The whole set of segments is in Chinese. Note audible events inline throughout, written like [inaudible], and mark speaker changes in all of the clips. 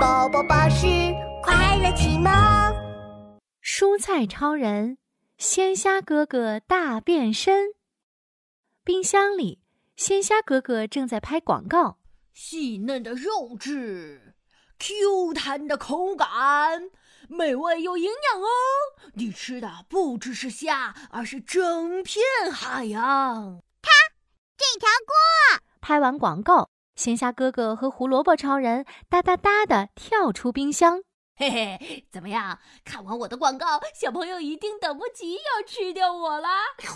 Speaker 1: 宝宝巴士快乐启蒙。
Speaker 2: 蔬菜超人鲜虾哥哥大变身。冰箱里，鲜虾哥哥正在拍广告。
Speaker 3: 细嫩的肉质，Q 弹的口感，美味又营养哦！你吃的不只是虾，而是整片海洋。
Speaker 1: 这条锅
Speaker 2: 拍完广告，鲜虾哥哥和胡萝卜超人哒哒哒的跳出冰箱。
Speaker 3: 嘿嘿，怎么样？看完我的广告，小朋友一定等不及要吃掉我啦！
Speaker 1: 就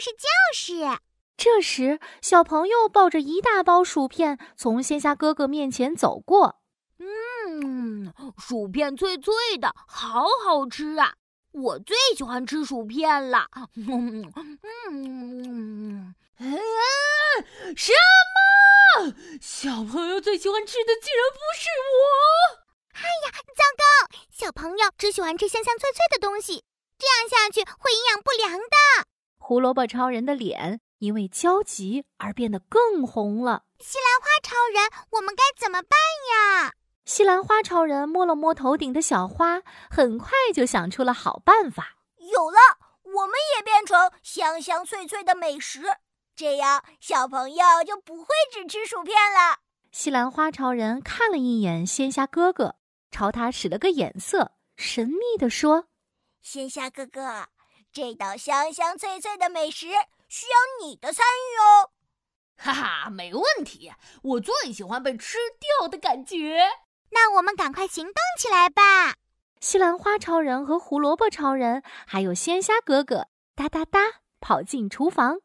Speaker 1: 是就是，
Speaker 2: 这时，小朋友抱着一大包薯片从鲜虾哥哥面前走过。
Speaker 4: 嗯，薯片脆脆的，好好吃啊！我最喜欢吃薯片了。嗯嗯，
Speaker 3: 哎什么？小朋友最喜欢吃的竟然不是我！
Speaker 1: 小朋友只喜欢吃香香脆脆的东西，这样下去会营养不良的。
Speaker 2: 胡萝卜超人的脸因为焦急而变得更红了。
Speaker 1: 花超人，我们该怎么办呀？
Speaker 2: 西兰花超人摸了摸头顶的小花，很快就想出了好办法。
Speaker 1: 有了，我们也变成香香脆脆的美食，这样小朋友就不会只吃薯片了。
Speaker 2: 西兰花超人看了一眼鲜虾哥哥，朝他使了个眼色，神秘地说
Speaker 1: 鲜虾啊哥哥，这道香香脆脆的美食需要你的参与哦。
Speaker 3: 哈哈，没问题，我最喜欢被吃掉的感觉。
Speaker 1: 那我们赶快行动起来吧！：“
Speaker 2: 西兰花超人和胡萝卜超人，还有鲜虾哥哥，哒哒哒，跑进厨房。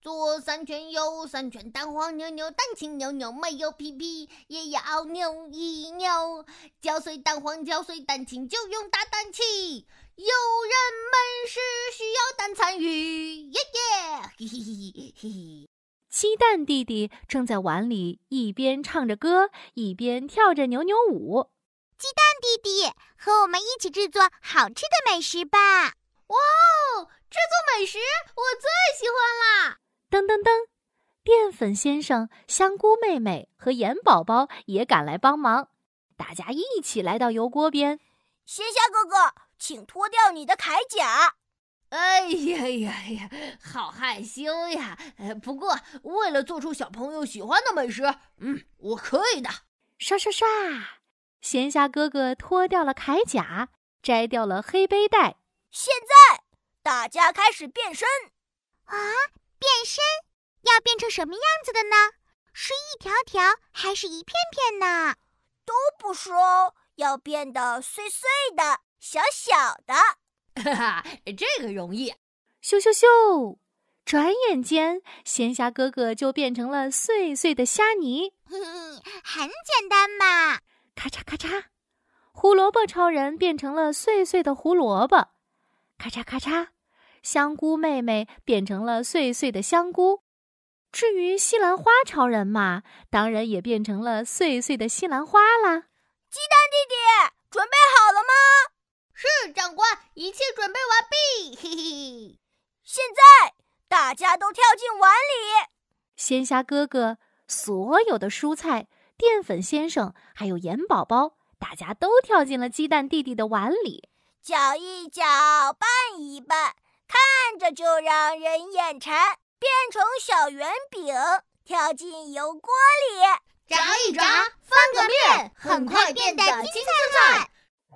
Speaker 4: 左三圈，右三圈，蛋黄扭扭，蛋清扭扭，没有屁屁也要扭一扭。搅碎蛋黄，搅碎蛋清，就用打蛋器。有人们是需要蛋参与，耶耶， [laughs] 嘿嘿嘿嘿嘿。”
Speaker 2: 鸡蛋弟弟正在碗里一边唱着歌，一边跳着扭扭舞。
Speaker 1: 弟弟，和我们一起制作好吃的美食吧！
Speaker 4: 哦，制作美食我最喜欢啦！
Speaker 2: 噔噔噔，淀粉先生、香菇妹妹和盐宝宝也赶来帮忙。大家一起来到油锅边，
Speaker 1: 鲜虾哥哥，请脱掉你的铠甲。
Speaker 3: 哎呀呀呀，好害羞呀！呃，不过为了做出小朋友喜欢的美食，嗯，我可以的。
Speaker 2: 刷刷刷！闲暇哥哥脱掉了铠甲，摘掉了黑背带。
Speaker 1: 现在，大家开始变身。啊，变身要变成什么样子的呢？是一条条还是一片片呢？都不是哦，要变得碎碎的、小小的。
Speaker 3: 哈哈，这个容易。
Speaker 2: 咻咻咻！转眼间，闲暇哥哥就变成了碎碎的虾泥。
Speaker 1: [laughs] 嘿嘿，很简单嘛。
Speaker 2: 咔嚓咔嚓，胡萝卜超人变成了碎碎的胡萝卜，咔嚓咔嚓，香菇妹妹变成了碎碎的香菇。至于西兰花超人嘛，当然也变成了碎碎的西兰花啦。
Speaker 1: 弟弟，准备好了吗？
Speaker 4: 是长官，一切准备完毕，嘿嘿。
Speaker 1: 现在，大家都跳进碗里。
Speaker 2: 鲜虾哥哥，所有的蔬菜、淀粉先生还有盐宝宝，大家都跳进了鸡蛋弟弟的碗里。
Speaker 1: 搅一搅，拌一拌，看着就让人眼馋。变成小圆饼，跳进油锅里。
Speaker 4: 炸一炸，翻个面，很快变得金灿灿。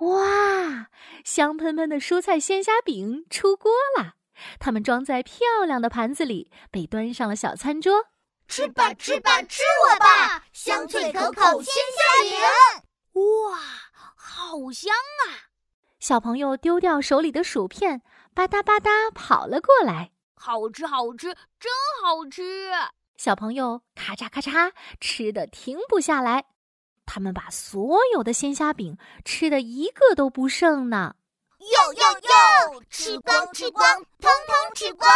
Speaker 2: 哇，香喷喷的蔬菜鲜虾饼出锅啦！它们装在漂亮的盘子里，被端上了小餐桌。
Speaker 4: 吃
Speaker 1: 吧吃吧吃我吧香脆可口鲜
Speaker 4: 虾
Speaker 1: 饼。
Speaker 4: 哇，好香！
Speaker 2: 小朋友丢掉手里的薯片，吧嗒吧嗒跑了过来。
Speaker 4: 好吃好吃，真好吃！
Speaker 2: 小朋友咔嚓咔嚓吃的停不下来，他们把所有的鲜虾饼吃的一个都不剩呢。
Speaker 1: 哟哟哟，吃光吃光，通通吃光。